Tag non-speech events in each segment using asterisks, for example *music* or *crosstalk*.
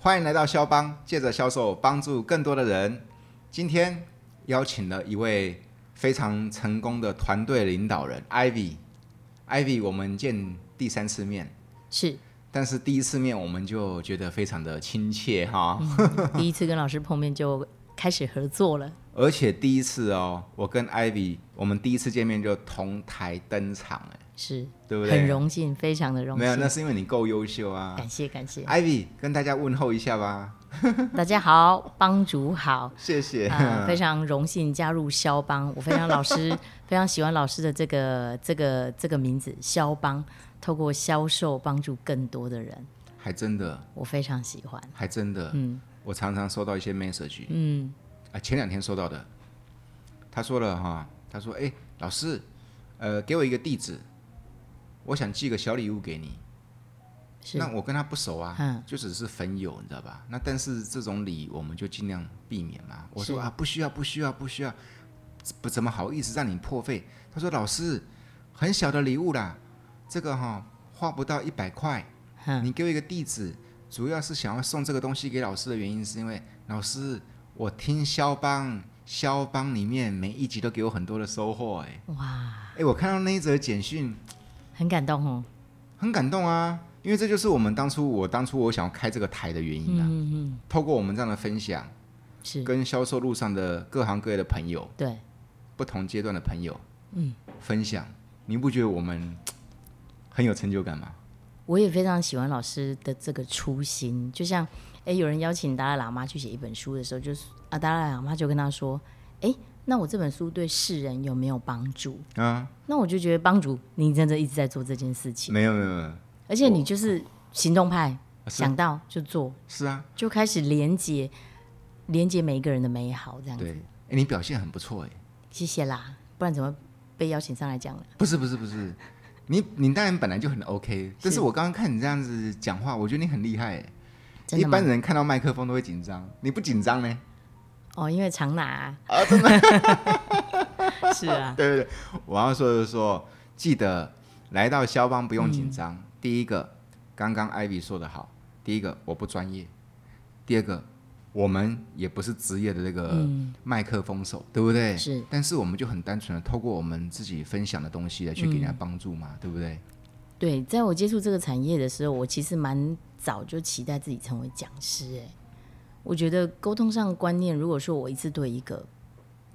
欢迎来到肖邦，借着销售帮助更多的人。今天邀请了一位非常成功的团队领导人 Ivy。Ivy，我们见第三次面，是但是第一次面我们就觉得非常的亲切哈，第一次跟老师碰面就开始合作了，而且第一次哦，我跟 Ivy 我们第一次见面就同台登场，哎，是，对不对？很荣幸，非常的荣幸。没有，那是因为你够优秀啊。感谢感谢， Ivy 跟大家问候一下吧，大家好，帮主好。谢谢。啊、非常荣幸加入肖邦，我非常老师非常喜欢老师的这个 *laughs* 这个这个名字肖邦，透过销售帮助更多的人， *laughs* 还真的，我非常喜欢。还真的，嗯我常常收到一些 message 嗯，啊，前两天收到的，他说了哈，他说，哎、老师，呃，给我一个地址，我想寄个小礼物给你。是那我跟他不熟啊，嗯就只是粉友，你知道吧？那但是这种礼我们就尽量避免嘛。我是说啊，不需要，不需要，不需要，不怎么好意思让你破费。他说老师，很小的礼物啦，这个哈、花不到一百块，嗯你给我一个地址，主要是想要送这个东西给老师的原因是因为老师，我听肖邦，肖邦里面每一集都给我很多的收获、哎哇，哎，我看到那一则简讯。很感动哦。很感动啊，因为这就是我们当初我当初我想要开这个台的原因啊。嗯嗯嗯，透过我们这样的分享，是跟销售路上的各行各业的朋友，对，不同阶段的朋友，嗯，分享，你不觉得我们很有成就感吗？我也非常喜欢老师的这个初心，就像诶，有人邀请达赖喇嘛去写一本书的时候，就是啊，达赖喇嘛就跟他说，诶，那我这本书对世人有没有帮助？啊，那我就觉得帮主，你真的一直在做这件事情，没有没有没有，啊而且你就是行动派，是想到就做，是啊，就开始连接连接每一个人的美好，这样对，子。哎、你表现很不错哎、谢谢啦，不然怎么被邀请上来讲了？不是不是不是，你你当然本来就很 OK，但是我刚刚看你这样子讲话，我觉得你很厉害、哎真一的吗般？人看到麦克风都会紧张，你不紧张呢？哦，因为常拿啊，真的 *laughs* 是啊，对对对，我要说的是说，记得来到肖邦不嗯用紧张。第一个，刚刚艾比说的好，第一个我不专业，第二个我们也不是职业的这个麦克风手，对不对？嗯是。但是我们就很单纯的透过我们自己分享的东西来去给嗯人家帮助嘛，对不对？对，在我接触这个产业的时候，我其实蛮早就期待自己成为讲师、哎，我觉得沟通上的观念，如果说我一次对一个，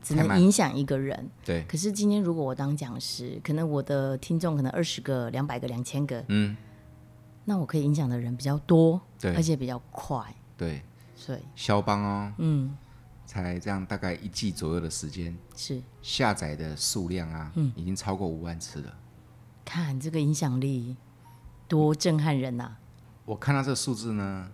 只太慢能影响一个人。对，可是今天如果我当讲师，可能我的听众可能二十个、两百个、两千个，嗯，那我可以影响的人比较多，对而且比较快，对，所以肖邦哦，嗯，才这样大概一季左右的时间，是下载的数量啊，已经超过五万次了。看这个影响力多震撼人呐、我看到这个数字呢，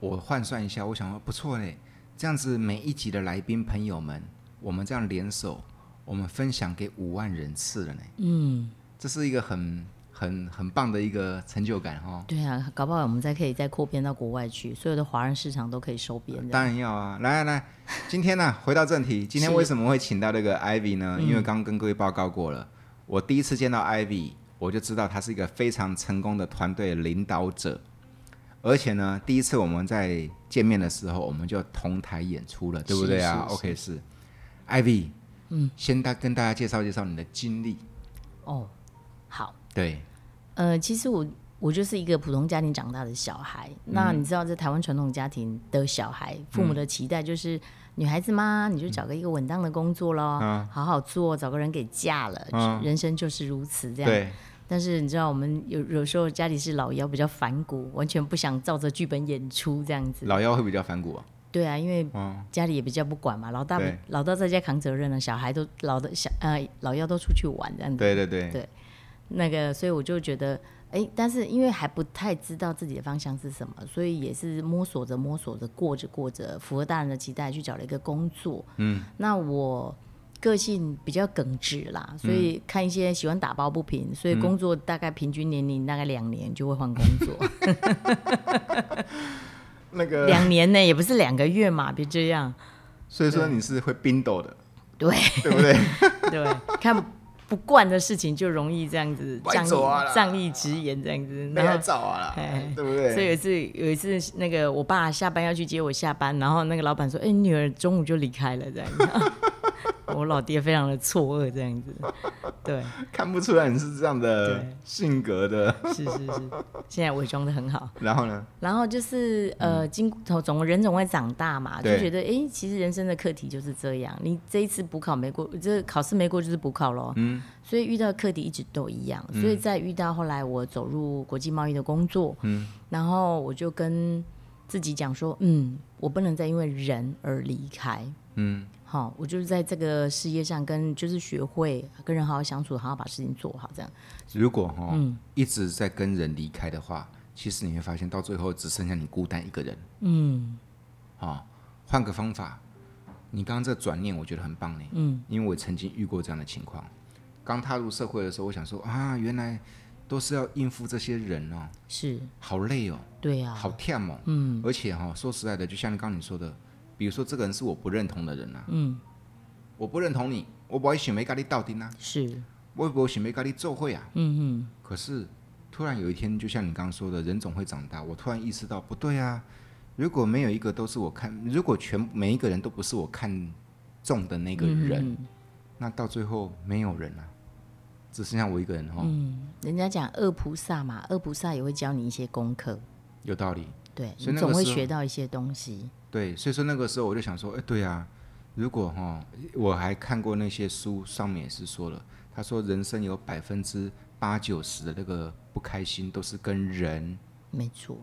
我换算一下，我想说不错嘞，这样子每一集的来宾朋友们，我们这样联手，我们分享给五万人次了呢。嗯，这是一个很很很棒的一个成就感哦。对啊，搞不好我们再可以再扩编到国外去，所有的华人市场都可以收编的。当然要啊！来来来，今天呢、回到正题，今天为什么会请到这个 Ivy 呢？嗯因为刚刚跟各位报告过了，我第一次见到 Ivy，我就知道她是一个非常成功的团队领导者，而且呢，第一次我们在见面的时候，我们就同台演出了，对不对啊是是 o k 是 Ivy，嗯，先大跟大家介绍介绍你的经历，哦，好。对，呃，其实我我就是一个普通家庭长大的小孩。那嗯你知道，在台湾传统家庭的小孩，父母的期待就是女孩子嘛，你就找个一个稳当的工作咯，好好做，找个人给嫁了，嗯人生就是如此这样。对，但是你知道，我们有有时候家里是老幺，比较反骨，完全不想照着剧本演出这样子。老幺会比较反骨、啊，对啊，因为嗯，家里也比较不管嘛，老大对老大在家扛责任了，小孩都老的小呃老幺都出去玩这样子。对对对，那个，所以我就觉得，哎，但是因为还不太知道自己的方向是什么，所以也是摸索着摸索着过着过着，符合大人的期待去找了一个工作。嗯，那我个性比较耿直啦，所嗯以看一些喜欢打抱不平，所以工作大概平均年龄大概两年就会换工 *laughs* 作，那个，两年呢也不是两个月嘛，别这样。所以说你是会冰斗的，对 *laughs* 对不对？对，看不惯的事情，就容易这样子歪仗走啊义啦仗义直言这样子，被然他后找啊啦哎，对不所对？以有一次，有一次那个我爸下班要去接我下班，然后那个老板说：“哎、你女儿中午就离开了。”这样子， *laughs* 我老爹非常的错愕，这样子。对，看不出来你是这样的对性格的。 *laughs* 是是是，现在伪装的很好。然后呢？然后就是呃，经总总人总会长大嘛，就嗯对觉得哎、诶其实人生的课题就是这样。你这一次补考没过，这考试没过就是补考咯。嗯，所以遇到的课题一直都一嗯样。所以在遇到后来我走入国际贸易的工作，嗯，然后我就跟自己讲说，嗯，我不能再因为人而离开。嗯，好，我就是在这个事业上跟就是学会跟人好好相处，好好把事情做好，这样。如果哈、一直在跟人离开的话，其实你会发现到最后只剩下你孤单一个人。嗯，哦，换个方法，你刚刚这转念我觉得很棒呢。嗯，因为我曾经遇过这样的情况，刚踏入社会的时候，我想说啊，原来都是要应付这些人哦，是，好累哦，对啊，好跳哦。嗯，而且哈、说实在的，就像刚刚你说的，比如说这个人是我不认同的人啊，嗯，我不认同你，我不会想要跟你到底啊。是，我我想要跟你做会啊。嗯嗯。可是突然有一天，就像你刚刚说的，人总会长大。我突然意识到，不对啊！如果没有一个都是我看，如果全每一个人都不是我看中的那个人，那到最后没有人啊，只剩下我一个人哦。人家讲恶菩萨嘛，恶菩萨也会教你一些功课，有道理。对所以那个你总会时候学到一些东西。对，所以说那个时候我就想说，哎、对啊，如果哈，我还看过那些书，上面也是说了，他说人生有百分之八九十的那个不开心都是跟人没错，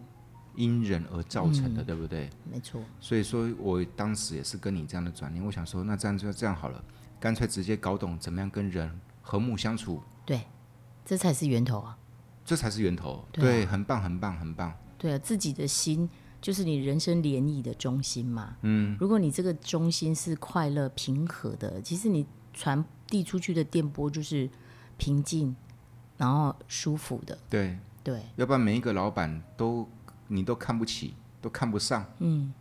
因人而造成嗯的，对不对？没错，所以说我当时也是跟你这样的转念，我想说，那这样就这样好了，干脆直接搞懂怎么样跟人和睦相处，对，这才是源头啊。这才是源头。对啊很棒，很棒，很棒。对啊，自己的心就是你人生涟漪的中心嘛。嗯，如果你这个中心是快乐、平和的，其实你传递出去的电波就是平静，然后舒服的。对，对，要不然每一个老板都你都看不起，都看不上，嗯，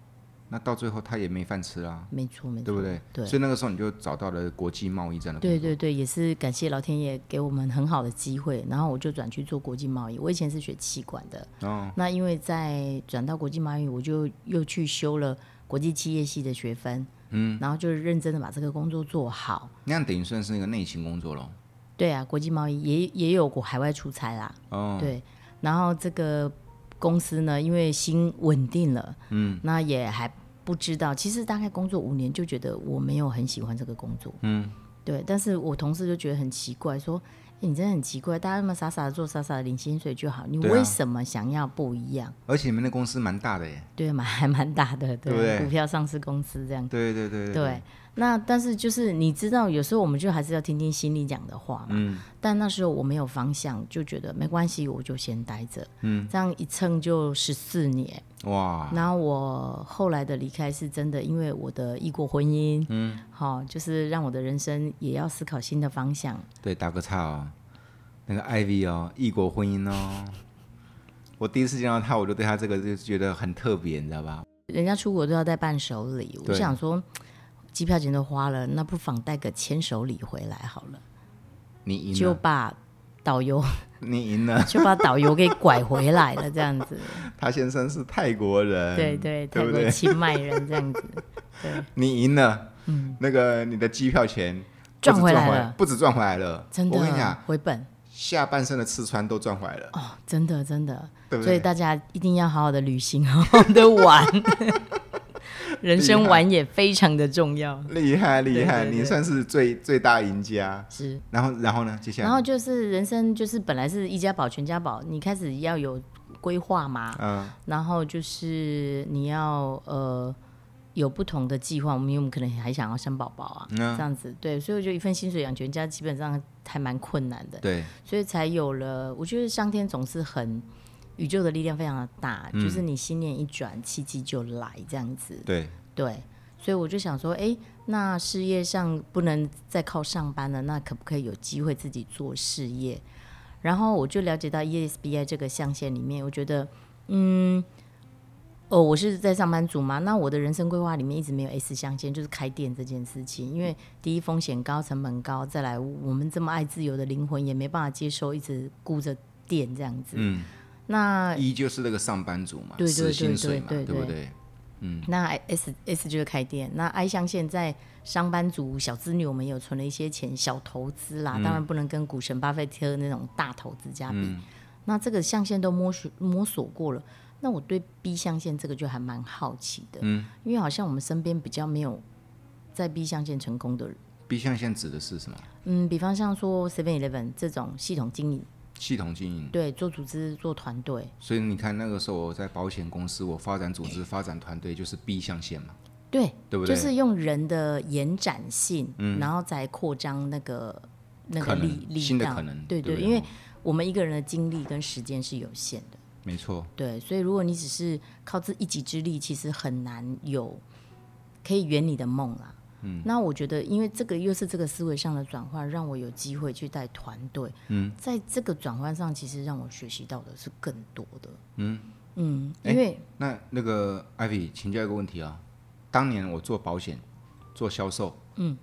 那到最后他也没饭吃啦，没错，没错，对不对？对所以那个时候你就找到了国际贸易这样的工对作。对对，也是感谢老天爷给我们很好的机会，然后我就转去做国际贸易。我以前是学气管的，哦那因为在转到国际贸易，我就又去修了国际企业系的学分，嗯，然后就认真的把这个工作做好。那样等于算是一个内勤工作咯。对啊，国际贸易也也有过海外出差啦，哦，对，然后这个公司呢，因为心稳定了，嗯，那也还不知道，其实大概工作五年就觉得我没有很喜欢这个工作，嗯，对，但是我同事就觉得很奇怪，说。诶你真的很奇怪，大家那么傻傻的做，傻傻的领薪水就好，你对啊为什么想要不一样？而且你们那公司蛮大的耶。对，蛮还蛮大的，啊对不对股票上市公司这样。对对对对对，那但是就是你知道，有时候我们就还是要听听心里讲的话嘛。但那时候我没有方向，就觉得没关系，我就先待着。嗯，这样一蹭就十四年。哇，然后我后来的离开是真的，因为我的异国婚姻，嗯，好、就是让我的人生也要思考新的方向。对，打个岔哦，那个 IV 哦，异国婚姻哦，我第一次见到他，我就对他这个就觉得很特别，你知道吧？人家出国都要带伴手礼，我对想说，机票钱都花了，那不妨带个牵手礼回来好了，你赢就了，把导游 *laughs* 你赢了。就把导游给拐回来了，这样子。他先生是泰国人，对对，嗯对泰不国对？清迈人 *laughs* 这样子，对，你赢了，那个你的机票钱嗯赚不止回来来了不止赚回来了，真的我跟你讲，回本下半身的刺穿都赚回来了，哦，真的真的，对不所以对？大家一定要好好的旅行，好好 *laughs* 的玩，人生玩也非常的重要，厉害厉害，对对对你算是最最大赢家。是。然后然后呢？接下来然后就是人生就是本来是一家保全家保，你开始要有规划嘛，嗯然后就是你要呃有不同的计划，我们因为我们可能还想要生宝宝啊，嗯啊这样子对，所以我觉得一份薪水养全家基本上还蛮困难的，对，所以才有了。我觉得上天总是很宇宙的力量非常的大，就是你心念一转，奇迹就来这样子。对对，所以我就想说，哎，那事业上不能再靠上班了，那可不可以有机会自己做事业？E 然后我就了解到 ESBI 这个象限里面，我觉得，嗯，哦，我是在上班族嘛，那我的人生规划里面一直没有 S 象限，就是开店这件事情，因为第一风险高，成本高，再来我们这么爱自由的灵魂也没办法接受一直顾着店这样子。嗯，那一就是那个上班族嘛，对对死对薪水嘛，对对不对对？那 S S 就是开店，那 I 象限在上班族小资女，我们有存了一些钱，小投资啦，当然不能跟股神巴菲特那种大投资家比。那这个象限都摸索摸索过了，那我对 B 象限这个就还蛮好奇的，嗯，因为好像我们身边比较没有在 B 象限成功的人， B 象限指的是什么？嗯，比方像说 Seven Eleven 这种系统经营，系统经营。对，做组织做团队，所以你看那个时候我在保险公司，我发展组织、发展团队就是 B 象限嘛，对，对不对？嗯就是用人的延展性，然后再扩张那个那可个能力力新的量可能对对不对哦因为我们一个人的精力跟时间是有限的，没错，对，所以如果你只是靠自一己之力，其实很难有可以圆你的梦啦。嗯，那我觉得，因为这个又是这个思维上的转换，让我有机会去带团队。嗯，在这个转换上，其实让我学习到的是更多的。嗯嗯，因为那那个艾比，请教一个问题啊，当年我做保险，做销售，嗯，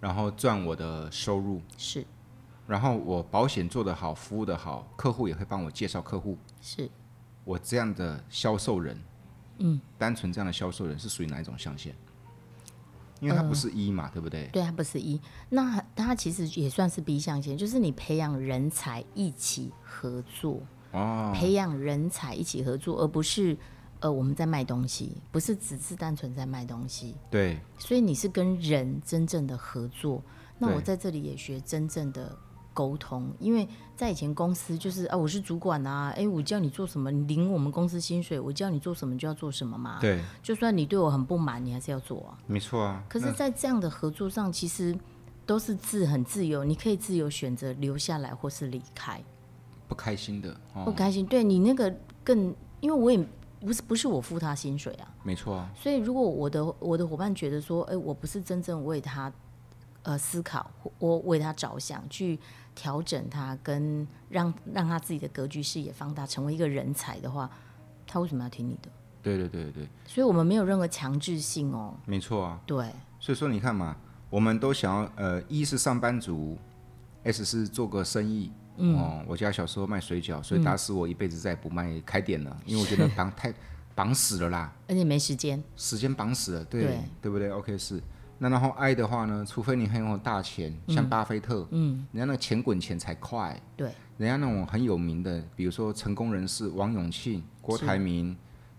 然后赚我的收入，是然后我保险做得好，服务得好，客户也会帮我介绍客户。是我这样的销售人，嗯，单纯这样的销售人是属于哪一种象限？因为他不是一嘛，对不对？对，它不是一，那它其实也算是 B 象限，就是你培养人才一起合作，哦，培养人才一起合作，而不是呃我们在卖东西，不是只是单纯在卖东西，对，所以你是跟人真正的合作。那对我在这里也学真正的沟通，因为在以前公司就是啊，我是主管啊，哎，我叫你做什么，你领我们公司薪水，我叫你做什么就要做什么嘛。对，就算你对我很不满，你还是要做啊。没错啊。可是，那在这样的合作上，其实都是自很自由，你可以自由选择留下来或是离开。不开心的，不哦，开心，对你那个更，因为我也不是不是我付他薪水啊，没错啊，所以如果我的我的伙伴觉得说，哎，我不是真正为他呃思考，我为他着想，去调整他跟让让他自己的格局视野放大，成为一个人才的话，他为什么要听你的？对对对对，所以我们没有任何强制性哦，没错啊。对，所以说，你看嘛，我们都想要，呃，一是上班族，S 是做个生意。哦，我家小时候卖水饺，所以打死我一辈子再也不卖开店了，因为我觉得绑太绑死了啦，而且没时间，时间绑死了，对对对不对？OK 是。那然后 I 的话呢，除非你很有大钱，像巴菲特，嗯，人家那个钱滚钱才快，对，人家那种很有名的，比如说成功人士王永庆、郭台铭，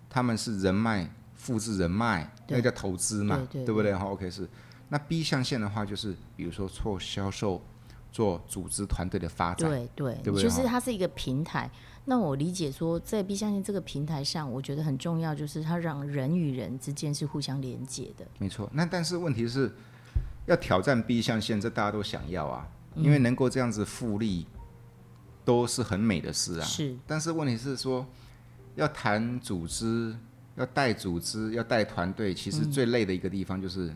他们是人脉复制人脉，那对个叫投资嘛，对对不对？哈，OK 是。那 B 象限的话，就是比如说做销售、做组织团队的发展，对对，对不对就是哈它是一个平台。那我理解说，在 B 象限这个平台上，我觉得很重要，就是它让人与人之间是互相连接的。没错。那但是问题是，要挑战 B 象限，这大家都想要啊，因为能够这样子复利，都是很美的事啊。是但是问题是说，要谈组织，要带组织，要带团队，其实最累的一个地方就是，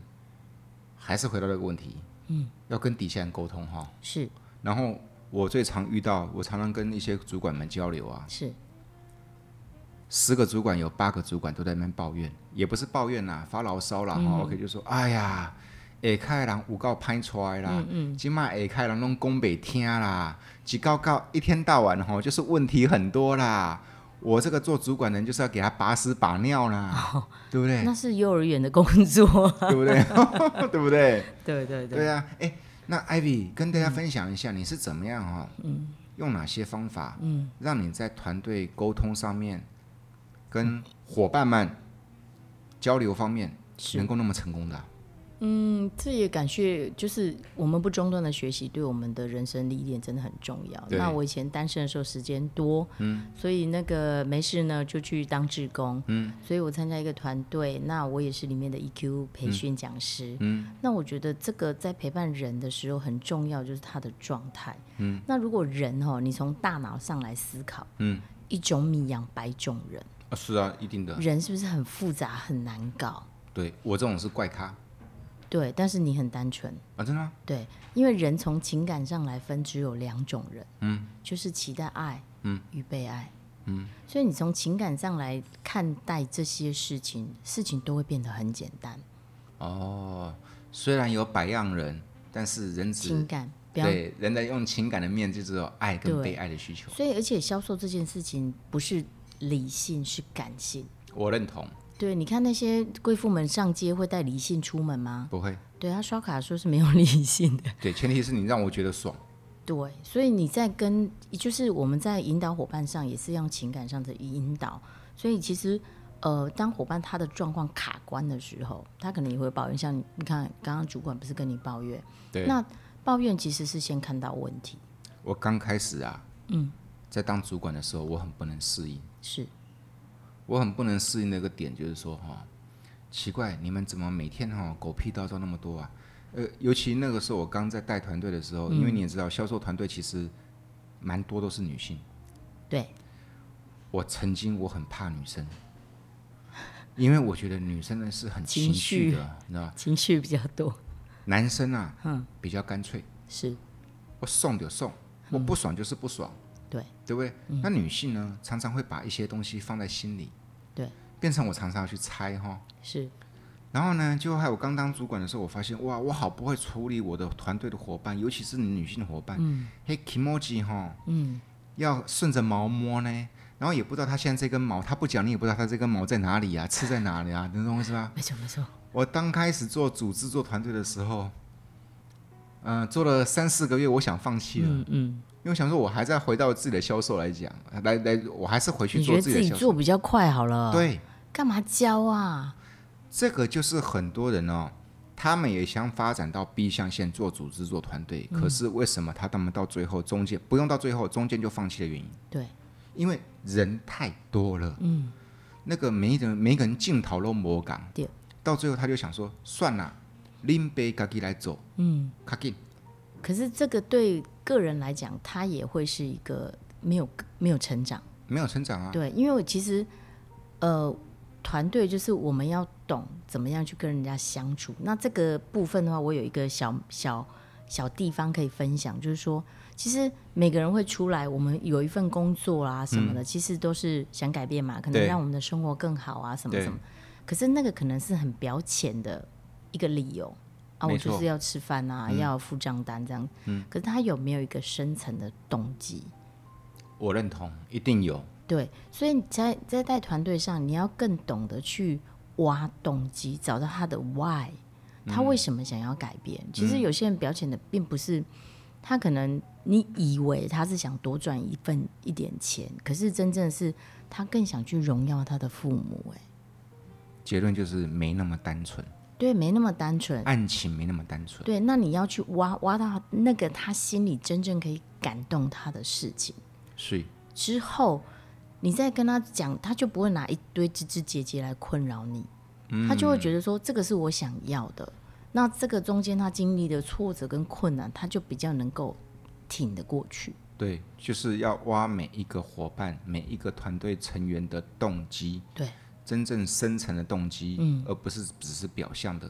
还是回到这个问题，嗯，要跟底下人沟通哈。是然后我最常遇到，我常常跟一些主管们交流啊，是，十个主管有八个主管都在那边抱怨，也不是抱怨啦，发牢骚啦。哈、OK，就说哎呀，下开人有够歹出来啦，今麦下开人拢讲袂听啦，一到到一天到晚吼就是问题很多啦。我这个做主管人就是要给他把屎把尿啦，对不对？那是幼儿园的工作。 *laughs* 对 *laughs* 不对？对不对？对对嗯对，对啊，哎，那 Ivy 跟大家分享一下，你是怎么样哈、嗯，用哪些方法，嗯，让你在团队沟通上面，嗯跟伙伴们交流方面能是。够那么成功的啊、嗯，这也感谢，就是我们不中断的学习，对我们的人生历练真的很重要。对那我以前单身的时候时间多，嗯，所以那个没事呢就去当志工，嗯，所以我参加一个团队，那我也是里面的 EQ 培训讲师，那我觉得这个在陪伴人的时候很重要，就是他的状态。嗯，那如果人哦，你从大脑上来思考，嗯，一种米养百种人，啊是啊，一定的。人是不是很复杂很难搞？对我这种是怪咖对，但是你很单纯，啊，真的吗、对，因为人从情感上来分只有两种人，嗯，就是期待爱，嗯，与被爱，嗯，所以你从情感上来看待这些事情，事情都会变得很简单。哦，虽然有百样人，但是人情只感不要对人的用情感的面就只有爱跟对被爱的需求。所以，而且销售这件事情不是理性，是感性。我认同，对，你看那些贵妇们上街会带理性出门吗？不会对，她刷卡说是没有理性的。对，前提是你让我觉得爽。对，所以你在跟，就是我们在引导伙伴上也是用情感上的引导。所以其实，呃，当伙伴他的状况卡关的时候，他可能也会抱怨。像你你看，刚刚主管不是跟你抱怨，对，那抱怨其实是先看到问题，我刚开始啊，嗯，在当主管的时候，我很不能适应。是我很不能适应的一个点就是说哈、奇怪，你们怎么每天哈、狗屁叨叨那么多啊？呃，尤其那个时候我刚在带团队的时候，因为你也知道，销售团队其实蛮多都是女性。对，我曾经我很怕女生，因为我觉得女生呢是很情情绪绪的，你知道吧？情绪比较多，男生啊，比较干脆，是我送就送，我不爽就是不爽，嗯对嗯对不对？那女性呢，常常会把一些东西放在心里，对，变成我常常要去猜哈、是然后呢，就害我刚当主管的时候，我发现哇，我好不会处理我的团队的伙伴，尤其是女性伙伴。嗯，嘿，Kimoji 哈，嗯，要顺着毛摸呢，然后也不知道他现在这根毛，他不讲你也不知道他这根毛在哪里啊，刺在哪里啊，你懂我意思 *laughs* 吧？没错没错，我刚开始做组织、做团队的时候，嗯、做了三四个月，我想放弃了，嗯嗯，因为我想说，我还在回到自己的销售来讲，来来，我还是回去你觉做得自己自的己销售。做比较快好了，，对，干嘛教啊？这个就是很多人哦，他们也想发展到 B 象限做组织、做团队，可嗯是为什么他他们到最后中间不用到最后中间就放弃的原因？对，因为人太多了，嗯，那个每一个人每一个人镜头都魔港对，到最后他就想说，算了，拎杯咖喱来走，嗯，咖喱，可是这个对个人来讲，他也会是一个没有没有成长。没有成长啊，对，因为我其实呃，团队就是我们要懂怎么样去跟人家相处。那这个部分的话，我有一个小小小地方可以分享，就是说，其实每个人会出来，我们有一份工作啊什么的，其实都是想改变嘛，可嗯能对让我们的生活更好啊什么对什么。可是那个可能是很表浅的一个理由。啊，我没就错嗯是要吃饭啊，要付账单这样。嗯，可是他有没有一个深层的动机？我认同，一定有，对，所以你在在带团队上，你要更懂得去挖动机，找到他的 why，他为什么想要改变？其实有些人表现的并不是他可能你以为他是想多赚一份一点钱，可是真正是他更想去荣耀他的父母、哎，结论就是没那么单纯，对，没那么单纯。案情没那么单纯，对，那你要去挖挖到那个他心里真正可以感动他的事情。所以之后，你再跟他讲，他就不会拿一堆枝枝节节来困扰你，嗯他就会觉得说这个是我想要的。那这个中间他经历的挫折跟困难，他就比较能够挺得过去。对，就是要挖每一个伙伴、每一个团队成员的动机，对，嗯真正深层的动机，而不是只是表象的。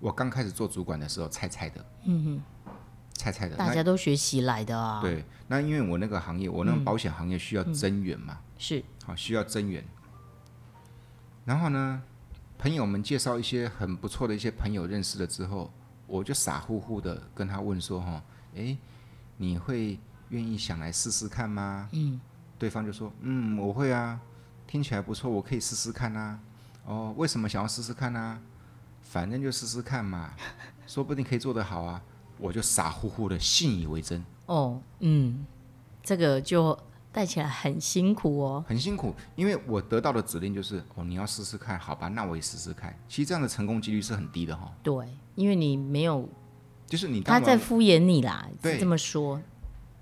我刚开始做主管的时候，猜猜的，嗯猜猜的。大那家都学习来的啊，对，那因为我那个行业，我嗯那个保险行业需要增援嘛，是好、需要增援。然后呢，朋友们介绍一些很不错的一些朋友认识了之后，我就傻乎乎的跟他问说：“哈，诶，你会愿意想来试试看吗？”嗯，对方就说：“嗯，我会啊，听起来不错，我可以试试看啊。”哦，为什么想要试试看呢、反正就试试看嘛，说不定可以做得好啊。我就傻乎乎的信以为真，哦，嗯，这个就带起来很辛苦哦。很辛苦，因为我得到的指令就是哦，你要试试看，好吧，那我也试试看。其实这样的成功几率是很低的哈、对，因为你没有就是你他当在然敷衍你啦，对是这么说，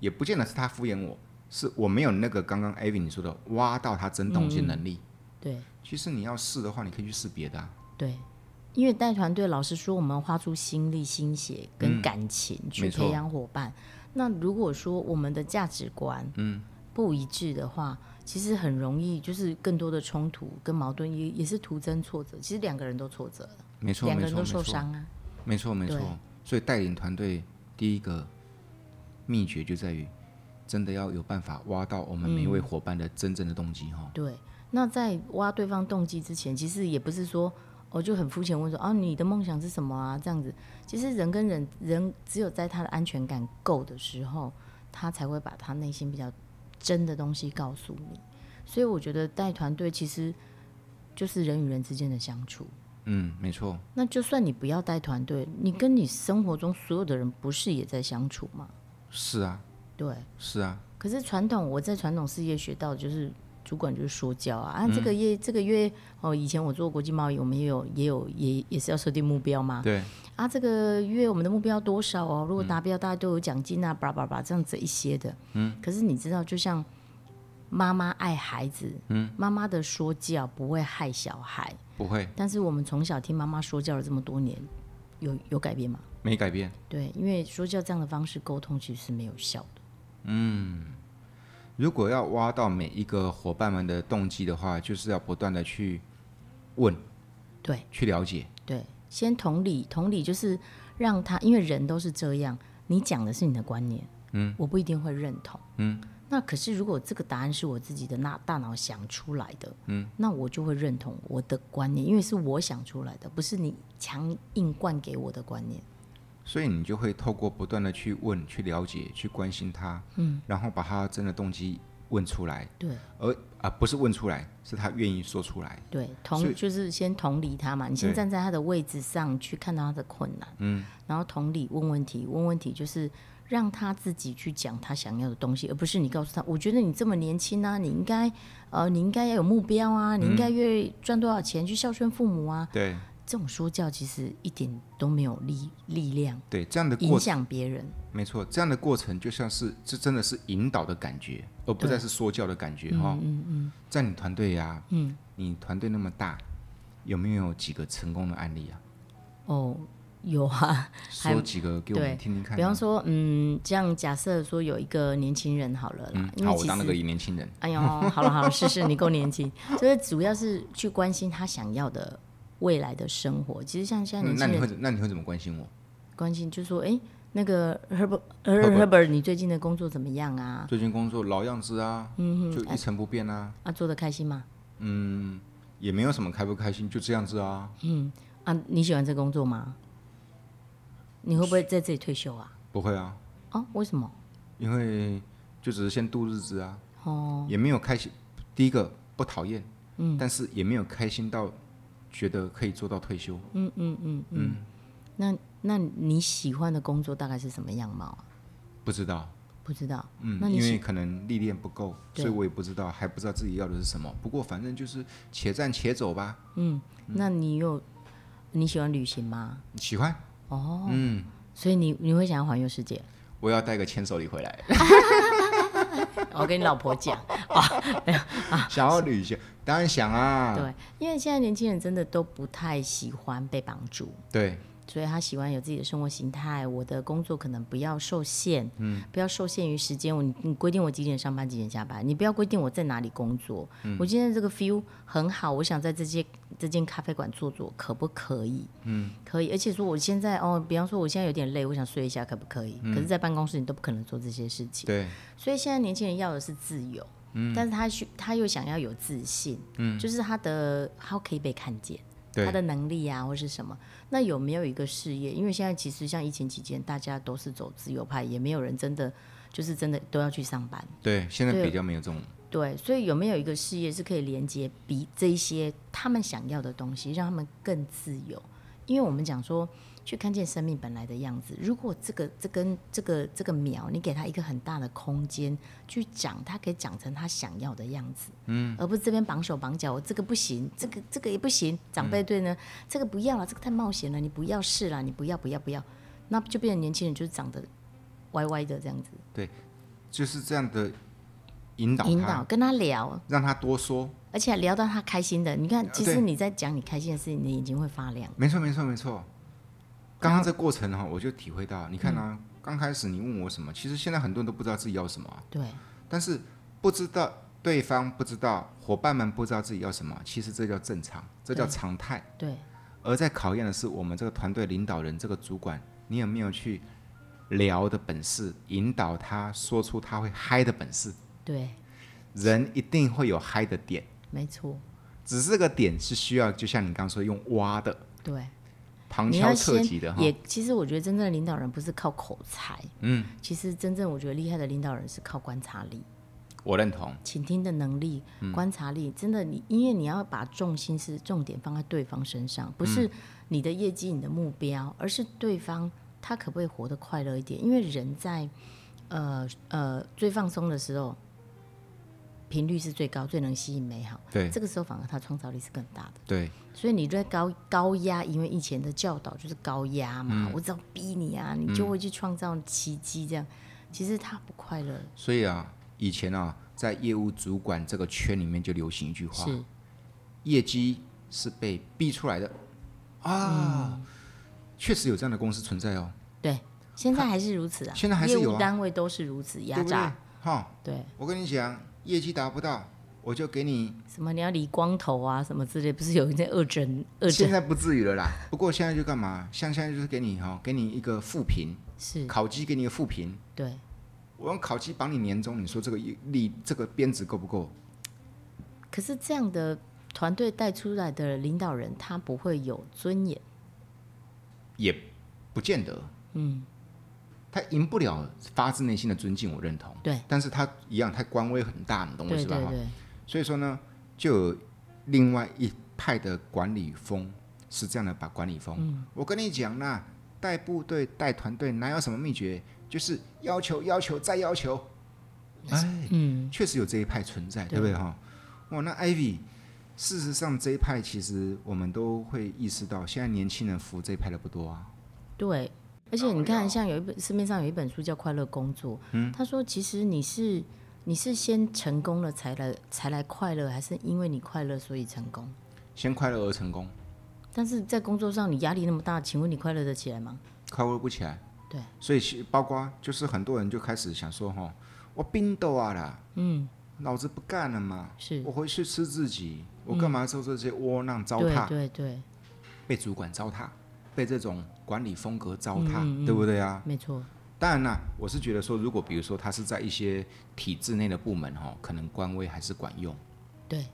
也不见得是他敷衍我，是我没有那个刚刚 Avin 你说的挖到他真动机能力。对其实你要试的话，你可以去试别的、啊，对，因为带团队，老实说，我们花出心力、心血跟感情去嗯没错培养伙伴。那如果说我们的价值观嗯不一致的话，其实很容易就是更多的冲突跟矛盾，也也是徒增挫折。其实两个人都挫折了，没错，两个没错，人都没受错，伤啊。没错，没对错。所以带领团队第一个秘诀就在于真的要有办法挖到我们每一嗯位伙伴的真正的动机哈。对，那在挖对方动机之前，其实也不是说我、哦、就很肤浅问说啊，你的梦想是什么啊？这样子，其实人跟人人只有在他的安全感够的时候，他才会把他内心比较真的东西告诉你。所以我觉得带团队其实就是人与人之间的相处。嗯，没错，那就算你不要带团队，你跟你生活中所有的人不是也在相处吗？是啊，对。是啊，可是传统，我在传统事业学到的就是主管就是说教啊，啊，这个月、这个月哦，以前我做国际贸易，我们也有也有也也是要设定目标嘛，对，啊，这个月我们的目标多少哦？如果达标，大家都有奖金啊，叭叭叭，这样子一些的。嗯。可是你知道，就像妈妈爱孩子，嗯，妈妈的说教不会害小孩，不会但是我们从小听妈妈说教了这么多年，有有改变吗？没改变。对，因为说教这样的方式沟通其实是没有效的。如果要挖到每一个伙伴们的动机的话，就是要不断的去问、对去了解。对，先同理，同理就是让他，因为人都是这样，你讲的是你的观念，嗯，我不一定会认同，嗯。那可是，如果这个答案是我自己的那大脑想出来的，嗯，那我就会认同我的观念，因为是我想出来的，不是你强硬灌给我的观念。所以你就会透过不断的去问、去了解、去关心他，嗯，然后把他真的动机问出来，对而啊、不是问出来，是他愿意说出来。对，同就是先同理他嘛，你先对站在他的位置上去看到他的困难，嗯，然后同理问问题，问问题就是让他自己去讲他想要的东西，而不是你告诉他，我觉得你这么年轻啊，你应该呃，你应该要有目标啊，嗯你应该月赚多少钱去孝顺父母啊，对这种说教其实一点都没有力力量对，这样的过影程，响别人，没错，这样的过程就像是这真的是引导的感觉，而不再是说教的感觉哈、嗯嗯，在你团队呀、嗯，你团队那么大，有没有几个成功的案例啊？哦，有啊，还说几个给我们对听听看啊。比方说，嗯，这样假设说有一个年轻人好了啦，嗯，因好，为我其当那实个年轻人。哎呦，好了好了，是是，你够年轻，就是主要是去关心他想要的未来的生活。其实像现在嗯年那轻你会人怎那你会怎么关心我？关心，就说哎、那个 Herbert Herbert，Herbert，你最近的工作怎么样啊？嗯哎最近工作老样子啊，就一成不变啊，啊，做的开心吗？也没有什么开不开心，就这样子啊。啊，你喜欢这工作吗？你会不会在这里退休啊？不会啊，哦，为什么？因为就只是先度日子啊。哦，也没有开心。第一个不讨厌，嗯，但是也没有开心到觉得可以做到退休。嗯那那你喜欢的工作大概是什么样貌啊？不知道，不知道。嗯，那你因喜为可能历练不够，对所以我也不知道，还不知道自己要的是什么。不过反正就是且战且走吧。嗯那你有你喜欢旅行吗？喜欢，所以你你会想要环游世界？我要带个牵手礼回来。我跟你老婆讲。啊想要旅行，当然想啊。对，因为现在年轻人真的都不太喜欢被绑住，对，所以他喜欢有自己的生活形态。我的工作可能不要受限，嗯，不要受限于时间。我你你规定我几点上班，几点下班，你不要规定我在哪里工作。我今天这个 feel 很好，我想在这些这间咖啡馆坐坐，可不可以？嗯，可以。而且说我现在哦，比方说我现在有点累，我想睡一下，可不可以？可是，在办公室你都不可能做这些事情。对，所以现在年轻人要的是自由，但是他需他又想要有自信，就是他的他可以被看见，对他的能力啊或是什么。那有没有一个事业？因为现在其实像疫情期间，大家都是走自由派，也没有人真的就是真的都要去上班，对，现在对比较没有这种，对。所以有没有一个事业是可以连接比这一些他们想要的东西，让他们更自由？因为我们讲说。去看见生命本来的样子。如果这个这根这个这个苗，你给它一个很大的空间去长，它可以长成它想要的样子，嗯，而不是这边绑手绑脚，我这个不行，这个这个也不行。长辈对呢，这个不要了，这个太冒险了，你不要试了，你不要不要不要，那就变成年轻人就是长得歪歪的这样子。就是这样的引导引他导，跟他聊，让他多说。而且聊到他开心的。你看，其啊对实你在讲你开心的事情，你的眼睛会发亮。没错，没错，没错。刚刚这过程哈、我就体会到，你看啊，嗯刚开始你问我什么，其实现在很多人都不知道自己要什么啊、对但是不知道对方不知道，伙伴们不知道自己要什么，其实这叫正常，这叫常态。对而在考验的是我们这个团队领导人、这个主管，你有没有去聊的本事，引导他说出他会嗨的本事。对，人一定会有嗨的点，没错，只是这个点是需要，就像你刚刚说用挖的、对。旁你敲要侧先击的哈。也其实我觉得真正的领导人不是靠口才，嗯，其实真正我觉得厉害的领导人是靠观察力、我认同，倾听的能力、观察力。真的你，因为你要把重心是重点放在对方身上，不是你的业绩、你的目标，而是对方他可不可以活得快乐一点？因为人在呃呃最放松的时候。频率是最高，最能吸引美好。对这个时候反而他创造力是更大的。对所以你对高高压，因为以前的教导就是高压嘛，我只要逼你啊，你就会去创造奇迹这样。其实他不快乐，所以啊，以前啊，在业务主管这个圈里面就流行一句话：是业绩是被逼出来的啊。确实有这样的公司存在哦，对，现在还是如此啊，现在还是有啊业务单位都是如此压对不对榨，？哈，对，我跟你讲，业绩达不到，我就给你。什么你要理光头啊，什么之类，不是有那二诊二现诊在不至于了啦，不过现在就干嘛？像现在就是给你哈、哦给你一个负评，是烤鸡给你一个负评，对，我用烤鸡绑你年终，你说这个力这个编值够不够？可是这样的团队带出来的领导人，他不会有尊严，也不见得，嗯，他赢不了发自内心的尊敬，我认同，对，但是他一样，他官威很大，你懂我意对思吧？对哈对，所以说呢，就有另外一派的管理风是这样的，把管理风，我跟你讲啦，带部队带团队哪有什么秘诀，就是要求要求再要求，哎，嗯，确实有这一派存在，对对不对哈？哇，那 Ivy，事实上这一派其实我们都会意识到，现在年轻人服这一派的不多啊，对，而且你看，像有一本市面上有一本书叫《快乐工作》，嗯他说其实你是你是先成功了才来才来快乐，还是因为你快乐所以成功？先快乐而成功，但是在工作上你压力那么大，请问你快乐得起来吗？快乐不起来。对，所以其包括就是很多人就开始想说哈，我冰斗啊啦，嗯，老子不干了嘛，是我回去吃自己，我干嘛受这些窝囊糟对蹋？对对，被主管糟蹋，被这种管理风格糟嗯蹋，对不对啊？没错，当然啦，我是觉得说，如果比如说他是在一些体制内的部门哈，可能官威还是管用，对，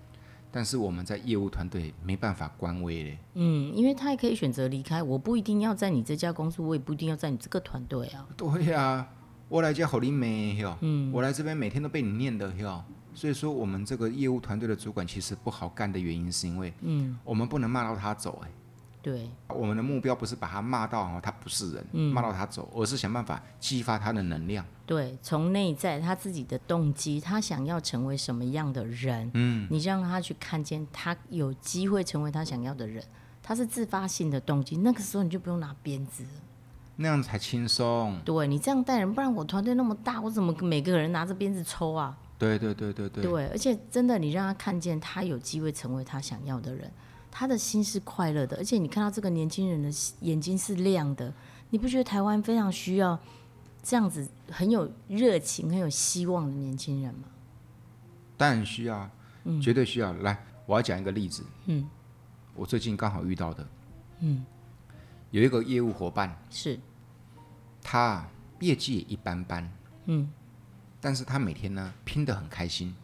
但是我们在业务团队没办法官威嘞，嗯，因为他也可以选择离开，我不一定要在你这家公司，我也不一定要在你这个团队啊。 *laughs* 对呀、我来家好你妹哟，我来这边每天都被你念的哟。所以说，我们这个业务团队的主管其实不好干的原因，是因为，嗯，我们不能骂到他走、对，哎，我们的目标不是把他骂到哦，他不是人，骂到他走，而是想办法激发他的能量。对，从内在他自己的动机，他想要成为什么样的人，嗯，你让他去看见他有机会成为他想要的人，他是自发性的动机，那个时候你就不用拿鞭子了。那样才轻松。对你这样带人，不然我团队那么大，我怎么每个人拿着鞭子抽啊？对对对对对，对，而且真的，你让他看见他有机会成为他想要的人，他的心是快乐的，而且你看到这个年轻人的眼睛是亮的，你不觉得台湾非常需要这样子很有热情、很有希望的年轻人吗？当然需要，啊，绝对需要。来，我要讲一个例子，嗯，我最近刚好遇到的，嗯，有一个业务伙伴，是他啊业绩也一般般，嗯，但是他每天呢拼得很开心，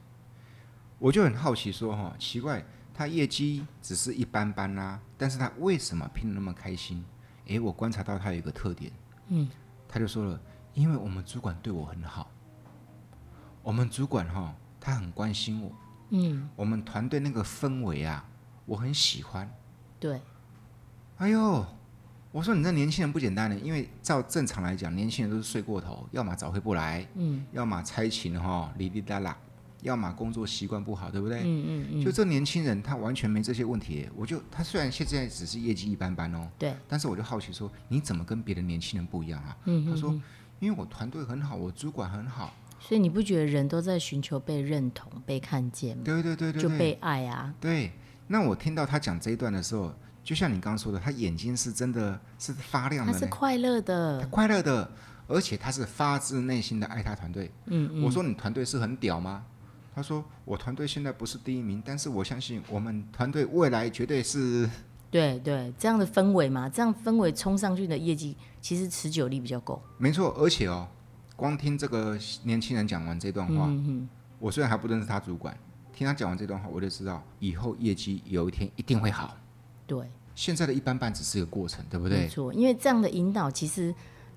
我就很好奇说哈、奇怪，他业绩只是一般般啦、但是他为什么拼得那么开心？诶，我观察到他有一个特点，嗯，他就说了，因为我们主管对我很好，我们主管哈、他很关心我，嗯，我们团队那个氛围啊，我很喜欢，对，哎呦，我说你这年轻人不简单呢，因为照正常来讲，年轻人都是睡过头，要么早回不来，嗯，要么差勤哈，哩哩啦啦，要么工作习惯不好，对不对？嗯嗯嗯。就这年轻人，他完全没这些问题。我就他虽然现在只是业绩一般般哦，对，但是我就好奇说，你怎么跟别的年轻人不一样啊？嗯他说，因为我团队很好，我主管很好，所以你不觉得人都在寻求被认同、被看见吗？对对对对就对，被爱啊，对。那我听到他讲这一段的时候，就像你刚刚说的，他眼睛是真的是发亮他的是呢。快乐他的，快乐的，而且他是发自内心的爱他团队。嗯我说你团队是很屌吗？他说我团队现在不是第一名，但是我相信我们团队未来绝对是对对，这样的氛围嘛，这样氛围冲上去的业绩，其实持久力比较够。没错，而且哦，光听这个年轻人讲完这段话，嗯我虽然还不认识他主管，听他讲完这段话，我就知道以后业绩有一天一定会好。对，现在的一般般只是个过程，对不没对？错，因为这样的引导其实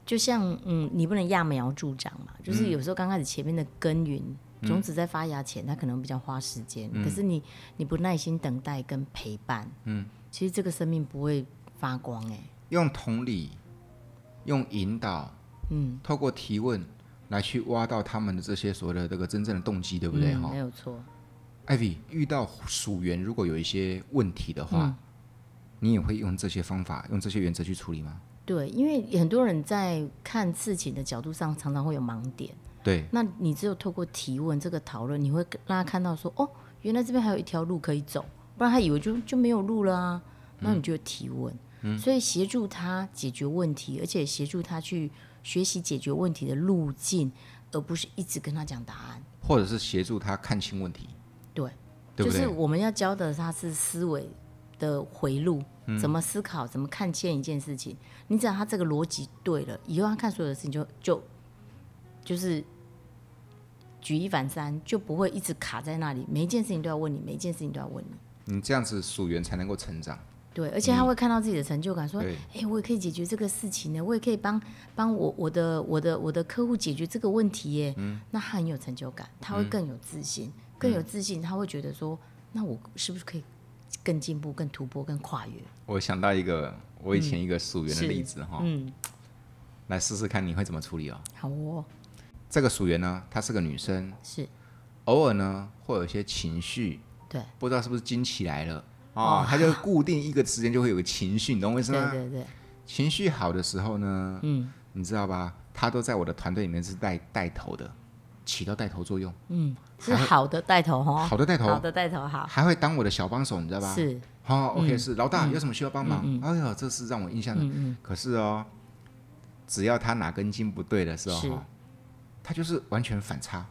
就像嗯，你不能揠苗助长嘛，就是嗯有时候刚开始前面的耕耘。种子在发芽前，它可能比较花时间，可是嗯你你不耐心等待跟陪伴，嗯，其实这个生命不会发光哎、用同理，用引导，嗯，透过提问来去挖到他们的这些所谓的这个真正的动机，对不对？嗯哈、没有错，艾比遇到属员如果有一些问题的嗯话，你也会用这些方法、用这些原则去处理吗？对，因为很多人在看事情的角度上常常会有盲点，对，那你只有透过提问这个讨论，你会让他看到说，哦，原来这边还有一条路可以走，不然他以为就就没有路了啊。那你就提问，所以协助他解决问题，而且协助他去学习解决问题的路径，而不是一直跟他讲答案。或者是协助他看清问题，对，对不就对？是我们要教的他是思维的回路，嗯怎么思考，怎么看见一件事情。你只要他这个逻辑对了，以后他看所有的事情就就就是举一反三，就不会一直卡在那里，每一件事情都要问你，每一件事情都要问你。你这样子属员才能够成长。对，而嗯且他会看到自己的成就感，说：“对哎、我也可以解决这个事情呢，我也可以帮帮我我的我的我的客户解决这个问题耶。嗯那他很有成就感，他会更有自信，更有自信，他会觉得说：“那我是不是可以更进步、更突破、更跨越我想到一个我以前一个属员的嗯是例子哈、？”嗯，来试试看你会怎么处理哦。好哦，这个属员呢，她是个女生，是偶尔呢会有一些情绪，对，哦不知道是不是惊起来了啊，她就固定一个时间就会有个情绪，你懂我意思对吗？对对，情绪好的时候呢，嗯，你知道吧？他都在我的团队里面是带带头的，起到带头作用，是好的带头哈，好的带头哦好的带头好，还会当我的小帮手，你知道吧？是嗯好、o k 是老大、有什么需要帮忙？哎呦，这是让我印象的。嗯可是哦，只要他哪根筋不对的时候，是哈他就是完全反差。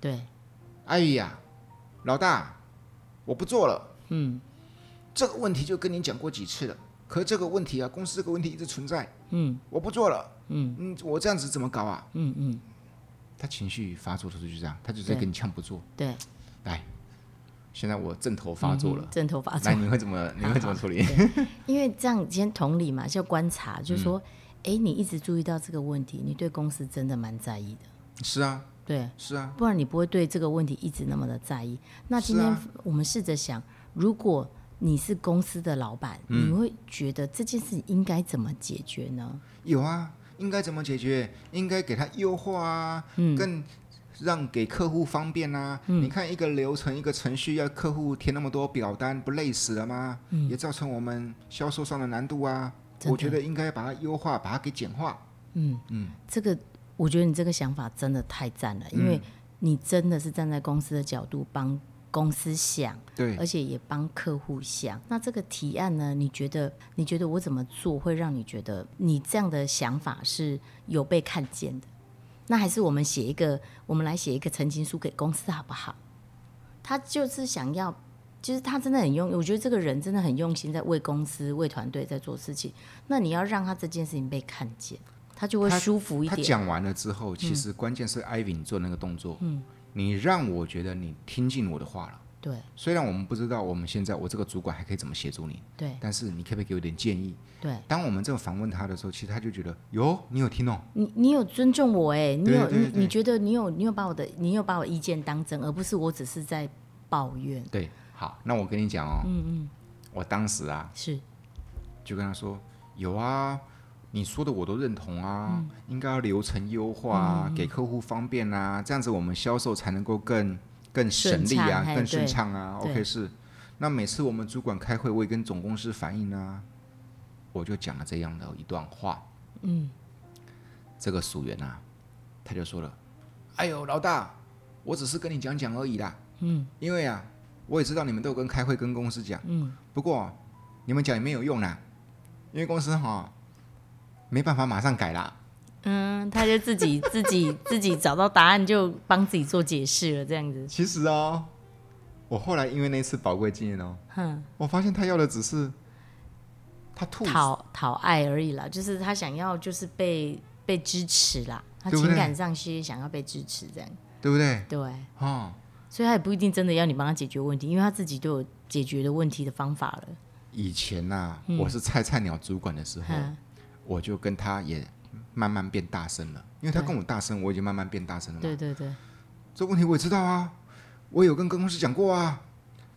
对，哎呀，老大，我不做了。嗯，这个问题就跟你讲过几次了。可是这个问题啊，公司这个问题一直存在。嗯，我不做了。嗯我这样子怎么搞啊？嗯嗯，他情绪发作的时候就这样，他就在对跟你呛不做。对，来，现在我正头发作了嗯，正头发作来，，你会怎么你会怎么处理？因为这样先同理嘛，就观察，就嗯说，哎、你一直注意到这个问题，你对公司真的蛮在意的，是啊，对，是啊，不然你不会对这个问题一直那么的在意。那今是天啊我们试着想，如果你是公司的老板，嗯你会觉得这件事情应该怎么解决呢？有啊，应该怎么解决？应该给他优化啊，嗯更让给客户方便啊。你看一个流程一个程序，要客户填那么多表单，不累死了吗？也造成我们销售上的难度啊。嗯真的我觉得应该把它优化，把它给简化。这个，我觉得你这个想法真的太赞了，嗯因为你真的是站在公司的角度帮公司想，对，而且也帮客户想。那这个提案呢？你觉得你觉得我怎么做会让你觉得你这样的想法是有被看见的？那还是我们写一个，我们来写一个澄清书给公司好不好？他就是想要，就是他真的很用，我觉得这个人真的很用心，在为公司、为团队在做事情。那你要让他这件事情被看见，他就会他舒服一他点。嗯讲完了之后，其实关键是艾薇你做那个动作，嗯，你让我觉得你听进我的话了。对虽然我们不知道我们现在我这个主管还可以怎么协助你，对但是你可不可以给我点建议？对，当我们这么访问他的时候，其实他就觉得哟，你有听哦，你你有尊重我哎、你对有对你对你觉得你有你有把我的你有把我意见当真，而不是我只是在抱怨。对，好，那我跟你讲哦，嗯嗯，我当时啊是就跟他说，有啊，你说的我都认同啊，嗯应该要流程优化啊，给客户方便啊，这样子我们销售才能够更更省力顺畅啊，嘿更顺对畅啊。对 OK 是，那每次我们主管开会，我也跟总公司反映啊，我就讲了这样的一段话，嗯，这个属员啊，他就说了，哎呦老大，我只是跟你讲讲而已啦，嗯，因为啊。我也知道你们都有跟开会跟公司讲，嗯，不过你们讲也没有用啦，因为公司哈没办法马上改啦。嗯，他就自己自己自己找到答案，就帮自己做解释了，这样子。其实啊哦，我后来因为那次宝贵经验哦，哼，我发现他要的只是他吐讨讨爱而已啦，就是他想要就是被被支持啦，他对不对情感上是想要被支持这样，对不对？对，哦，所以他也不一定真的要你帮他解决问题，因为他自己都有解决的问题的方法了。以前呐、我是菜菜鸟主管的时候，嗯我就跟他也慢慢变大声了，因为他跟我大声，我已经慢慢变大声了嘛。对对对，这问题我也知道啊，我有跟公司讲过啊，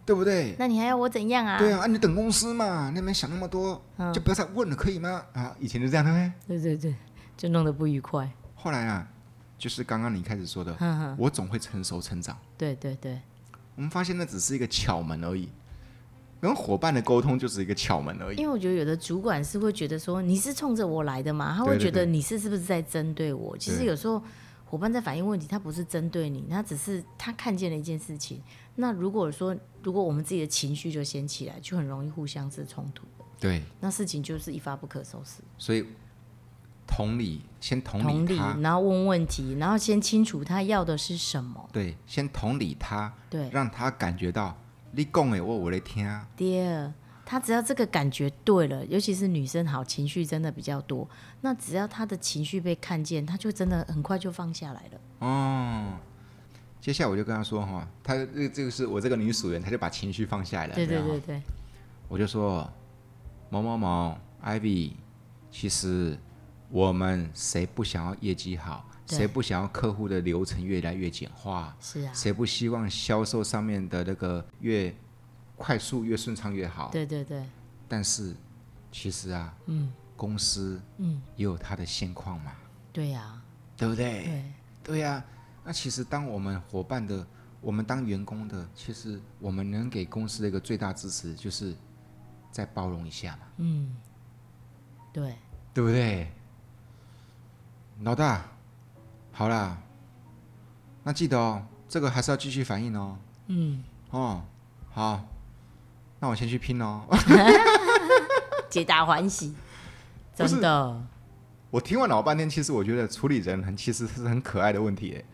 对不对？那你还要我怎样啊？嗯对啊，啊你等公司嘛，那边想那么多，就不要再问了，可以吗？啊，以前就这样，对不对？对对对，就弄得不愉快。后来啊，就是刚刚你开始说的，哼哼，我总会成熟成长。对对对，我们发现那只是一个巧门而已，跟伙伴的沟通就是一个巧门而已。因为我觉得有的主管是会觉得说你是冲着我来的嘛，他会对对觉得对你是是不是在针对我？其实对有时候伙伴在反映问题，他不是针对你，他只是他看见了一件事情。那如果说如果我们自己的情绪就先起来，就很容易互相是冲突的，对，那事情就是一发不可收拾。所以同理，先同同理理他，，然后问问题，然后先清楚他要的是什么。对，先同理他，对，让他感觉到你讲的我我在听，啊第二，他只要这个感觉对了，尤其是女生好，情绪真的比较多。那只要她的情绪被看见，她就真的很快就放下来了。哦。接下来我就跟他说哈，他这这个是我这个女属员，她就把情绪放下来了。对对有没有对对，我就说某某某 Ivy，其实我们谁不想要业绩好，对谁不想要客户的流程越来越简化，是啊，谁不希望销售上面的那个越快速越顺畅越好？对对对，但是其实啊，嗯，公司嗯也有它的现况嘛，对啊呀、对不对？对对呀、那其实当我们伙伴的，我们当员工的，其实我们能给公司的一个最大支持，就是再包容一下嘛，对，对不对？老大，好啦，那记得哦，这个还是要继续反应哦。嗯，哦，好，那我先去拼哦。 *laughs* 皆大欢喜，不是 *laughs* 真的。我听完老半天，其实我觉得处理人很其实是很可爱的问题耶。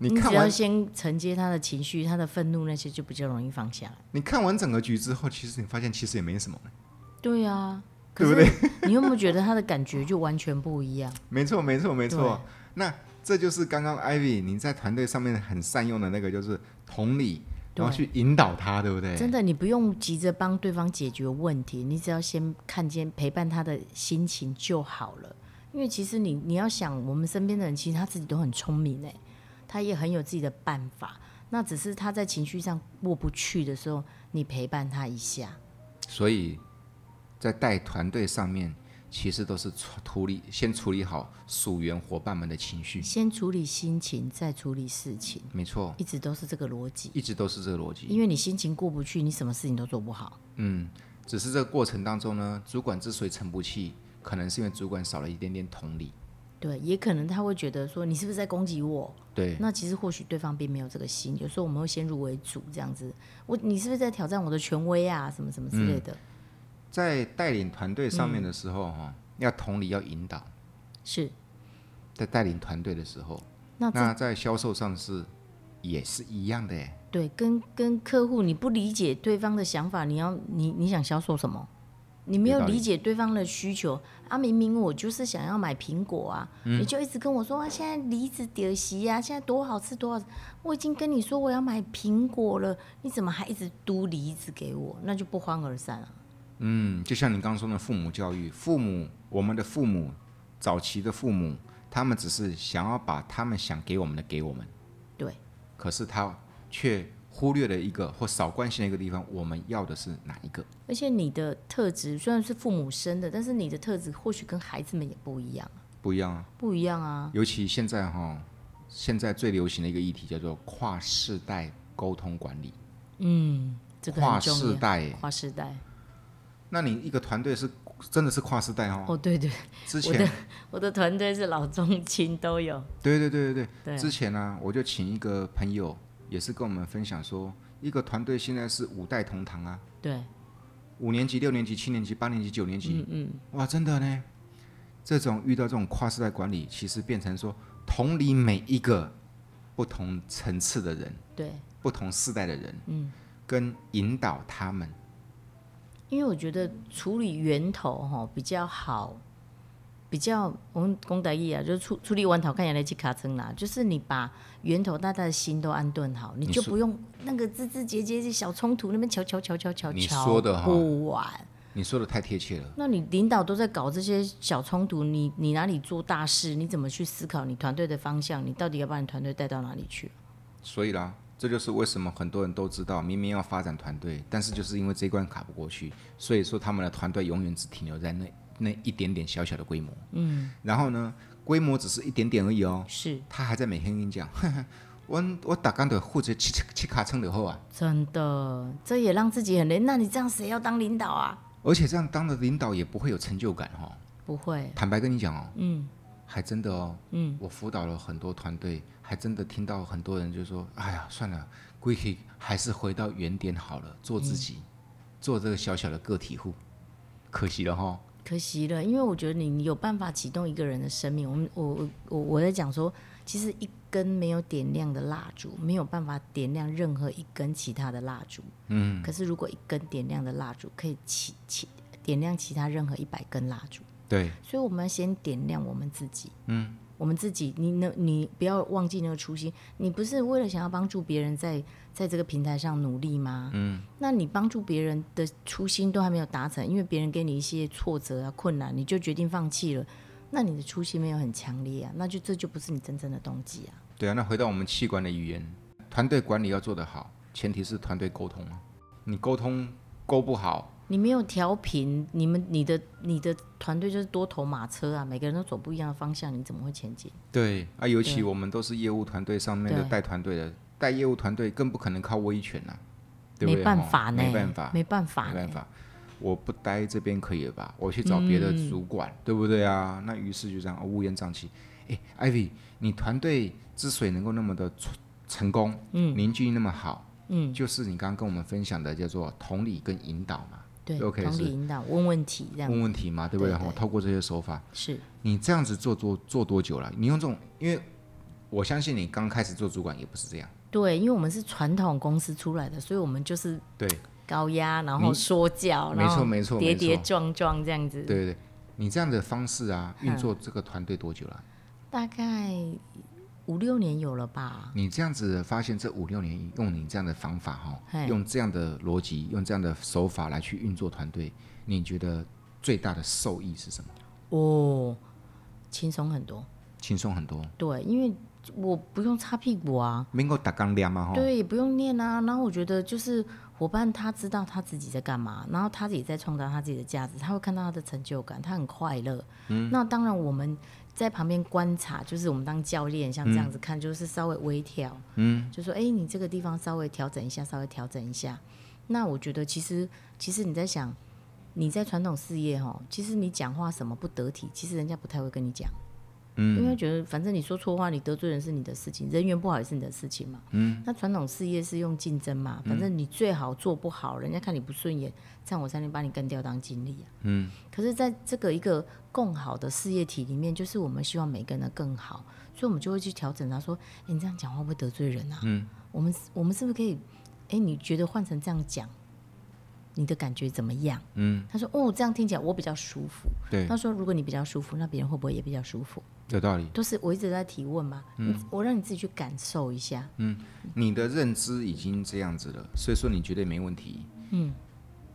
你看只要完先承接他的情绪、他的愤怒那些，就比较容易放下来。你看完整个局之后，其实你发现其实也没什么。 *laughs* 对啊，可对不是你有没有觉得他的感觉就完全不一样？没错，没错，没错。那这就是刚刚 Ivy 你在团队上面很善用的那个，就是同理，然后对去引导他，对不对？真的，你不用急着帮对方解决问题，你只要先看见陪伴他的心情就好了。因为其实你你要想，我们身边的人其实他自己都很聪明哎，他也很有自己的办法。那只是他在情绪上过不去的时候，你陪伴他一下。所以在带团队上面，其实都是处理先处理好属员伙伴们的情绪。先处理心情，再处理事情，没错，一直都是这个逻辑。一直都是这个逻辑。因为你心情过不去，你什么事情都做不好。嗯，只是这个过程当中呢，主管之所以沉不气，可能是因为主管少了一点点同理。对，也可能他会觉得说你是不是在攻击我？对，那其实或许对方并没有这个心，有时候我们会先入为主这样子，我你是不是在挑战我的权威啊，什么什么之嗯类的，在带领团队上面的时嗯候，哈、要同理，要引导。是，在带领团队的时候，那这那在销售上是也是一样的耶，对跟跟客户你不理解对方的想法，你要你你想销售什么？你没有有道理理解对方的需求啊！明明我就是想要买苹果啊，嗯你就一直跟我说啊，现在梨子得席啊，现在多好吃多好吃！我已经跟你说我要买苹果了，你怎么还一直嘟梨子给我？那就不欢而散啊！嗯，就像你刚刚说的父母教育，父母我们的父母，早期的父母，他们只是想要把他们想给我们的给我们，对，可是他却忽略了一个或少关心了一个地方，我们要的是哪一个？而且你的特质虽然是父母生的，但是你的特质或许跟孩子们也不一样，不一样啊，不一样啊。尤其现在哈、现在最流行的一个议题叫做跨世代沟通管理，嗯，这个跨很重世要。代耶，跨世代那你一个团队是真的是跨世代哦，哦，对对，之我前的我的团队是老中青都有，对对对对对，啊对之前呢、我就请一个朋友，也是跟我们分享说，一个团队现在是五代同堂啊，对，五年级、六年级、七年级、八年级、九年级，嗯哇，真的呢，这种遇到这种跨世代管理，其实变成说同理每一个不同层次的人、对，不同世代的人，嗯，跟引导他们，因为我觉得处理源头哈、比较好，比较我们功德义啊，就是处处理完头看起来去卡层啦，就是你把源头大家的心都安顿好，你就不用那个枝枝节节小冲突那边瞧瞧瞧瞧瞧你瞧说的哈不完。你说的太贴切了。那你领导都在搞这些小冲突，你你哪里做大事？你怎么去思考你团队的方向？你到底要把你团队带到哪里去？所以啦，这就是为什么很多人都知道，明明要发展团队，但是就是因为这一关卡不过去，所以说他们的团队永远只停留在那那一点点小小的规模。嗯，然后呢，规模只是一点点而已哦，是他还在每天跟你讲， *laughs* 呵呵我我打干腿负责七七七卡称的后啊，真的，这也让自己很累。那你这样谁要当领导啊？而且这样当了领导也不会有成就感哈、哦。不会，坦白跟你讲哦，嗯，还真的哦，嗯，我辅导了很多团队，还真的听到很多人就说：“哎呀，算了，归去还是回到原点好了，做自己，做这个小小的个体户。”可惜了哈、可惜了，因为我觉得你你有办法启动一个人的生命。我们我我我我在讲说，其实一根没有点亮的蜡烛，没有办法点亮任何一根其他的蜡烛。嗯，可是如果一根点亮的蜡烛可以起起点亮其他任何一百根蜡烛。对，所以我们要先点亮我们自己。嗯，我们自己，你那，你不要忘记那个初心。你不是为了想要帮助别人在在这个平台上努力吗？嗯，那你帮助别人的初心都还没有达成，因为别人给你一些挫折啊、困难，你就决定放弃了。那你的初心没有很强烈啊，那就这就不是你真正的动机啊。对啊。那回到我们气管的语言，团队管理要做得好，前提是团队沟通啊。你沟通沟不好，你没有调频，你们你的你的团队就是多头马车啊，每个人都走不一样的方向，你怎么会前进？对啊，尤其我们都是业务团队上面的对带团队的，带业务团队更不可能靠威权呐、对不对？没办吼法呢，没办法，没办法没呢办法，我不待这边可以了吧？我去找别的嗯主管，对不对啊？那于是就这样、哦乌烟瘴气。哎，Ivy，你团队之所以能够那么的成成功，嗯，凝聚力那么好，嗯，就是你刚刚跟我们分享的叫做同理跟引导嘛，对， OK，同是理引导，问问题这样问问题嘛，对不对？对对吼透过这些手法，是你这样子做做做多久了？你用这种，因为我相信你刚开始做主管也不是这样，对，因为我们是传统公司出来的，所以我们就是对，高压，然后你说教，嗯没然错后没错跌没跌错，撞撞这样子。对对对，你这样的方式啊，嗯运作这个团队多久了？大概五六年有了吧。你这样子发现这五六年用你这样的方法哈，嘿用这样的逻辑，用这样的手法来去运作团队，你觉得最大的受益是什么？哦，轻松很多。轻松很多，对，因为我不用擦屁股啊，没够打钢梁嘛哈。对，也不用念啊。然后我觉得就是伙伴他知道他自己在干嘛，然后他也在创造他自己的价值，他会看到他的成就感，他很快乐。嗯，那当然我们在旁边观察，就是我们当教练像这样子看，就是稍微微调，嗯，就说哎、你这个地方稍微调整一下，稍微调整一下。那我觉得其实其实你在想。你在传统事业哦，其实你讲话什么不得体，其实人家不太会跟你讲，嗯，因为觉得反正你说错话，你得罪人是你的事情，人缘不好也是你的事情嘛，那传统事业是用竞争嘛，反正你最好做不好，人家看你不顺眼，这样我才能把你干掉当经理啊。嗯，可是在这个一个更好的事业体里面，就是我们希望每个人的更好，所以我们就会去调整他说，哎、你这样讲话会不会得罪人啊？嗯，我们我们是不是可以？哎、你觉得换成这样讲，你的感觉怎么样？嗯，他说哦，这样听起来我比较舒服。对他，说如果你比较舒服，那别人会不会也比较舒服？有道理。都是我一直在提问嘛，嗯，我让你自己去感受一下。你的认知已经这样子了，所以说你绝对没问题。嗯。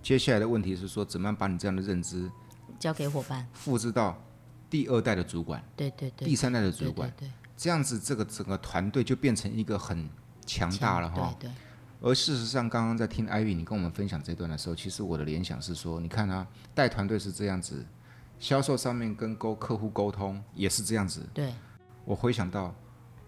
接下来的问题是说，怎么样把你这样的认知交给伙伴。复制到第二代的主管、对对对，第三代的对主管，对这样子这个整个团队就变成一个很强对，大了哈。对对，而事实上，刚刚在听 Ivy 你跟我们分享这段的时候，其实我的联想是说，你看啊，带团队是这样子，销售上面跟沟客户沟通也是这样子。对我回想到，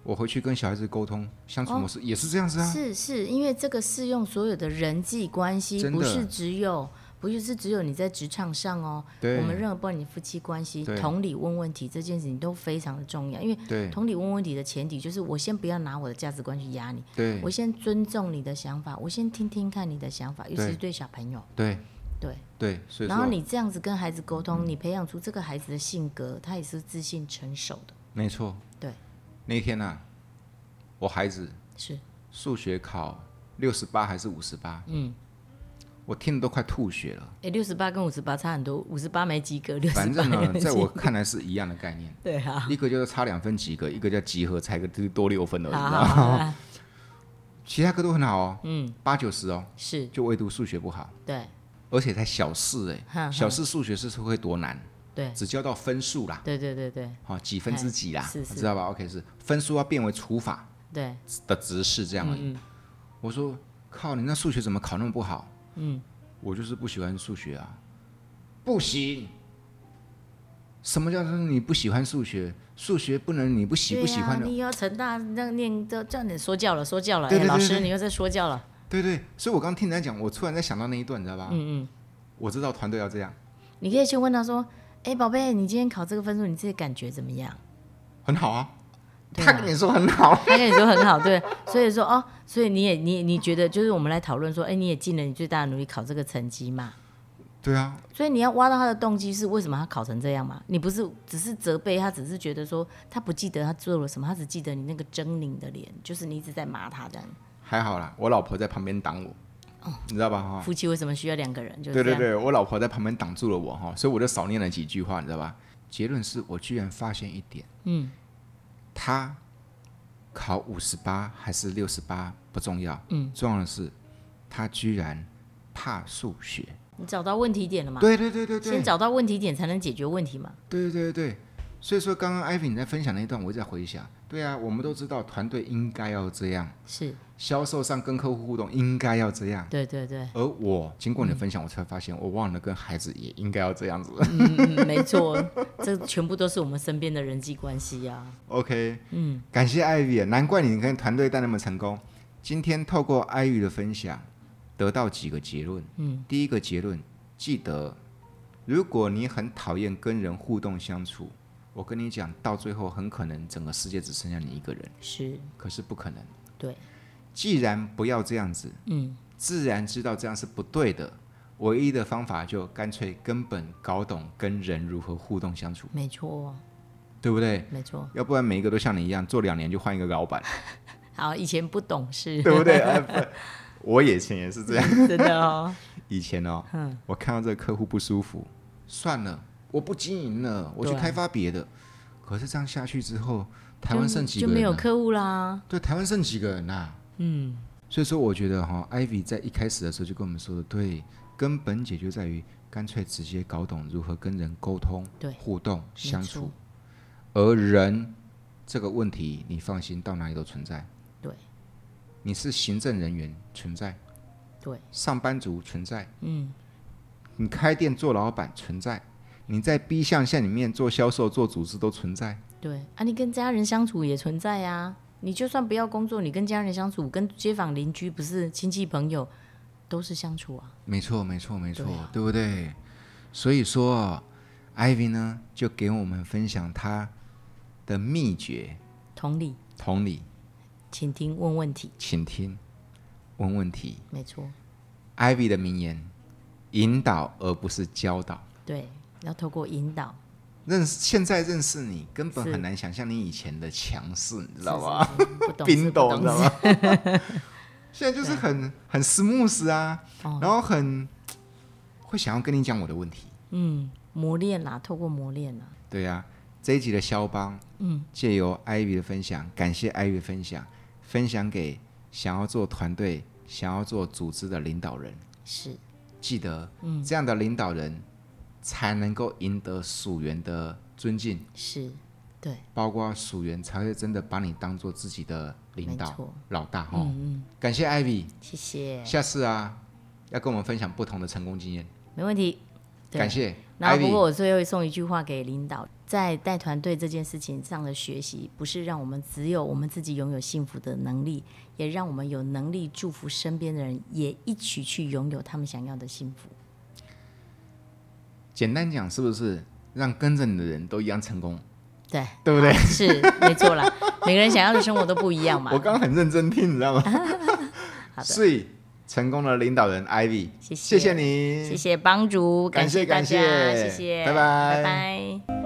我回去跟小孩子沟通相处模式也是这样子啊。哦是是因为这个适用所有的人际关系，真的不是只有。不是只有你在职场上哦，对我们任何不管你夫妻关系对、同理问问题这件事情都非常的重要，因为对同理问问题的前提就是我先不要拿我的价值观去压你，对我先尊重你的想法，我先听听看你的想法，尤其是对小朋友，对对，对，所以然后说你这样子跟孩子沟嗯通，你培养出这个孩子的性格，他也是自信成熟的，没错。对，那一天呢、啊，我孩子是数学考六十八还是五十八？嗯，我听得都快吐血了。哎，六十八跟五十八差很多，五十八没及格，六反十正八呢，在我看来是一样的概念，对啊，一个就是差两分及格，一个叫集合才个多六分而已，你好知好道吗？好啊，其他科都很好哦，嗯，八九十哦，是就唯独数学不好，对而且才小四哼哎，哼小四数学是会多难，对只教到分数啦，对对对对好几分之几啦，哎是是知道吧？OK 是分数要变为除法对，的值是这样嗯而已。我说靠，你那数学怎么考那么不好？嗯，我就是不喜欢数学啊，不行。什么叫做你不喜欢数学？数学不能你不喜不喜欢的对啊、你要成大那念都叫你说教了，说教了，对哎，对老对师对你又在说教了，对对，所以我刚听人家讲，我突然在想到那一段，你知道吧？嗯嗯，我知道团队要这样，你可以去问他说，哎，宝贝，你今天考这个分数，你自己感觉怎么样？很好啊。对他啊跟你说很好，他跟你说很好，对，所以说哦，所以你也你你觉得就是我们来讨论说，哎，你也尽了你最大的努力考这个成绩嘛，对啊，所以你要挖到他的动机是为什么他考成这样嘛？你不是只是责备他，只是觉得说他不记得他做了什么，他只记得你那个狰狞的脸，就是你一直在骂他这样。还好啦，我老婆在旁边挡我，你知道吧？哈，夫妻为什么需要两个人？就是对这啊对样。对，我老婆在旁边挡住了我哈，所以我就少念了几句话，你知道吧？结论是我居然发现一点，嗯，他考五十八还是六十八不重要，嗯，重要的是他居然怕数学。你找到问题点了嘛？对对对对对先，找到问题点才能解决问题嘛。对对对对。所以说，刚刚艾薇你在分享那一段，我一直在回想。对啊，我们都知道团队应该要这样，是，销售上跟客户互动应该要这样。对对 *laughs* 对，而我经过你的分享，我才发现我忘了跟孩子也应该要这样子。 *laughs* 嗯，嗯没错，这全部都是我们身边的人际关系呀、啊。 OK，嗯，感谢艾薇，难怪你跟团队带那么成功。今天透过艾薇的分享，得到几个结论。嗯，第一个结论，记得，如果你很讨厌跟人互动相处，我跟你讲，到最后很可能整个世界只剩下你一个人，是，可是不可能。对，既然不要这样子，嗯，自然知道这样是不对的。唯一的方法就干脆根本搞懂跟人如何互动相处，没错，对不对？没错。要不然每一个都像你一样，做两年就换一个老 *laughs* 板，好，以前不懂事，对不对？哎不我以前也是这样， *laughs* 真的哦。以前哦，嗯我看到这个客户不舒服，算了，我不经营了，我去对啊开发别的。可是这样下去之后，台湾剩几就个没人、有啊？客户啦。对，台湾剩几个人呐、嗯，所以说我觉得哈、i v y 在一开始的时候就跟我们说的对，根本解就在于干脆直接搞懂如何跟人沟通、对互动、错相处，而人这个问题，你放心，到哪里都存在。对，你是行政人员存在，对，上班族存在，嗯，你开店做老板存在，你在 B 象限里面做销售、做组织都存在。对啊，你跟家人相处也存在呀、啊你就算不要工作，你跟家人相处，跟街坊邻居不是亲戚朋友，都是相处啊。没错，没错，没错，对对,、啊不对？所以说，Ivy 呢就给我们分享她的秘诀：同理，同理、倾听，问问题，倾听、问问题。没错， Ivy 的名言：引导而不是教导。对，要透过引导，认识现在认识你，根本是很难想象你以前的强势，你知道是吧？？是是不懂事，冰不冻，你知懂道事，吗？ *laughs* 现在就是很很 smooth 啊，哦然后很会想要跟你讲我的问题。嗯，磨练啦，透过磨练啦，对呀、这一集的肖邦，嗯，借由艾薇的分享，感谢艾薇的分享，分享给想要做团队、想要做组织的领导人，是记得，嗯，这样的领导人才能够赢得属员的尊敬，是，对，包括属员才会真的把你当做自己的领没导错嗯老大哈、哦感谢艾薇，谢谢，下次啊要跟我们分享不同的成功经验，没问题。对感谢然艾后，不薇过。我最后送一句话给领导：在带团队这件事情上的学习，不是让我们只有我们自己拥有幸福的能力，也让我们有能力祝福身边的人，也一起去拥有他们想要的幸福。简单讲，是不是让跟着你的人都一样成功，对， *laughs* 对不对？是没错啦，每个人想要的生活都不一样嘛我。刚刚很认真听，你知道吗？ *laughs* 好的所以成功的领导人 Ivy，谢谢谢你，谢谢帮主，感感谢大家，感谢谢谢，拜拜拜拜。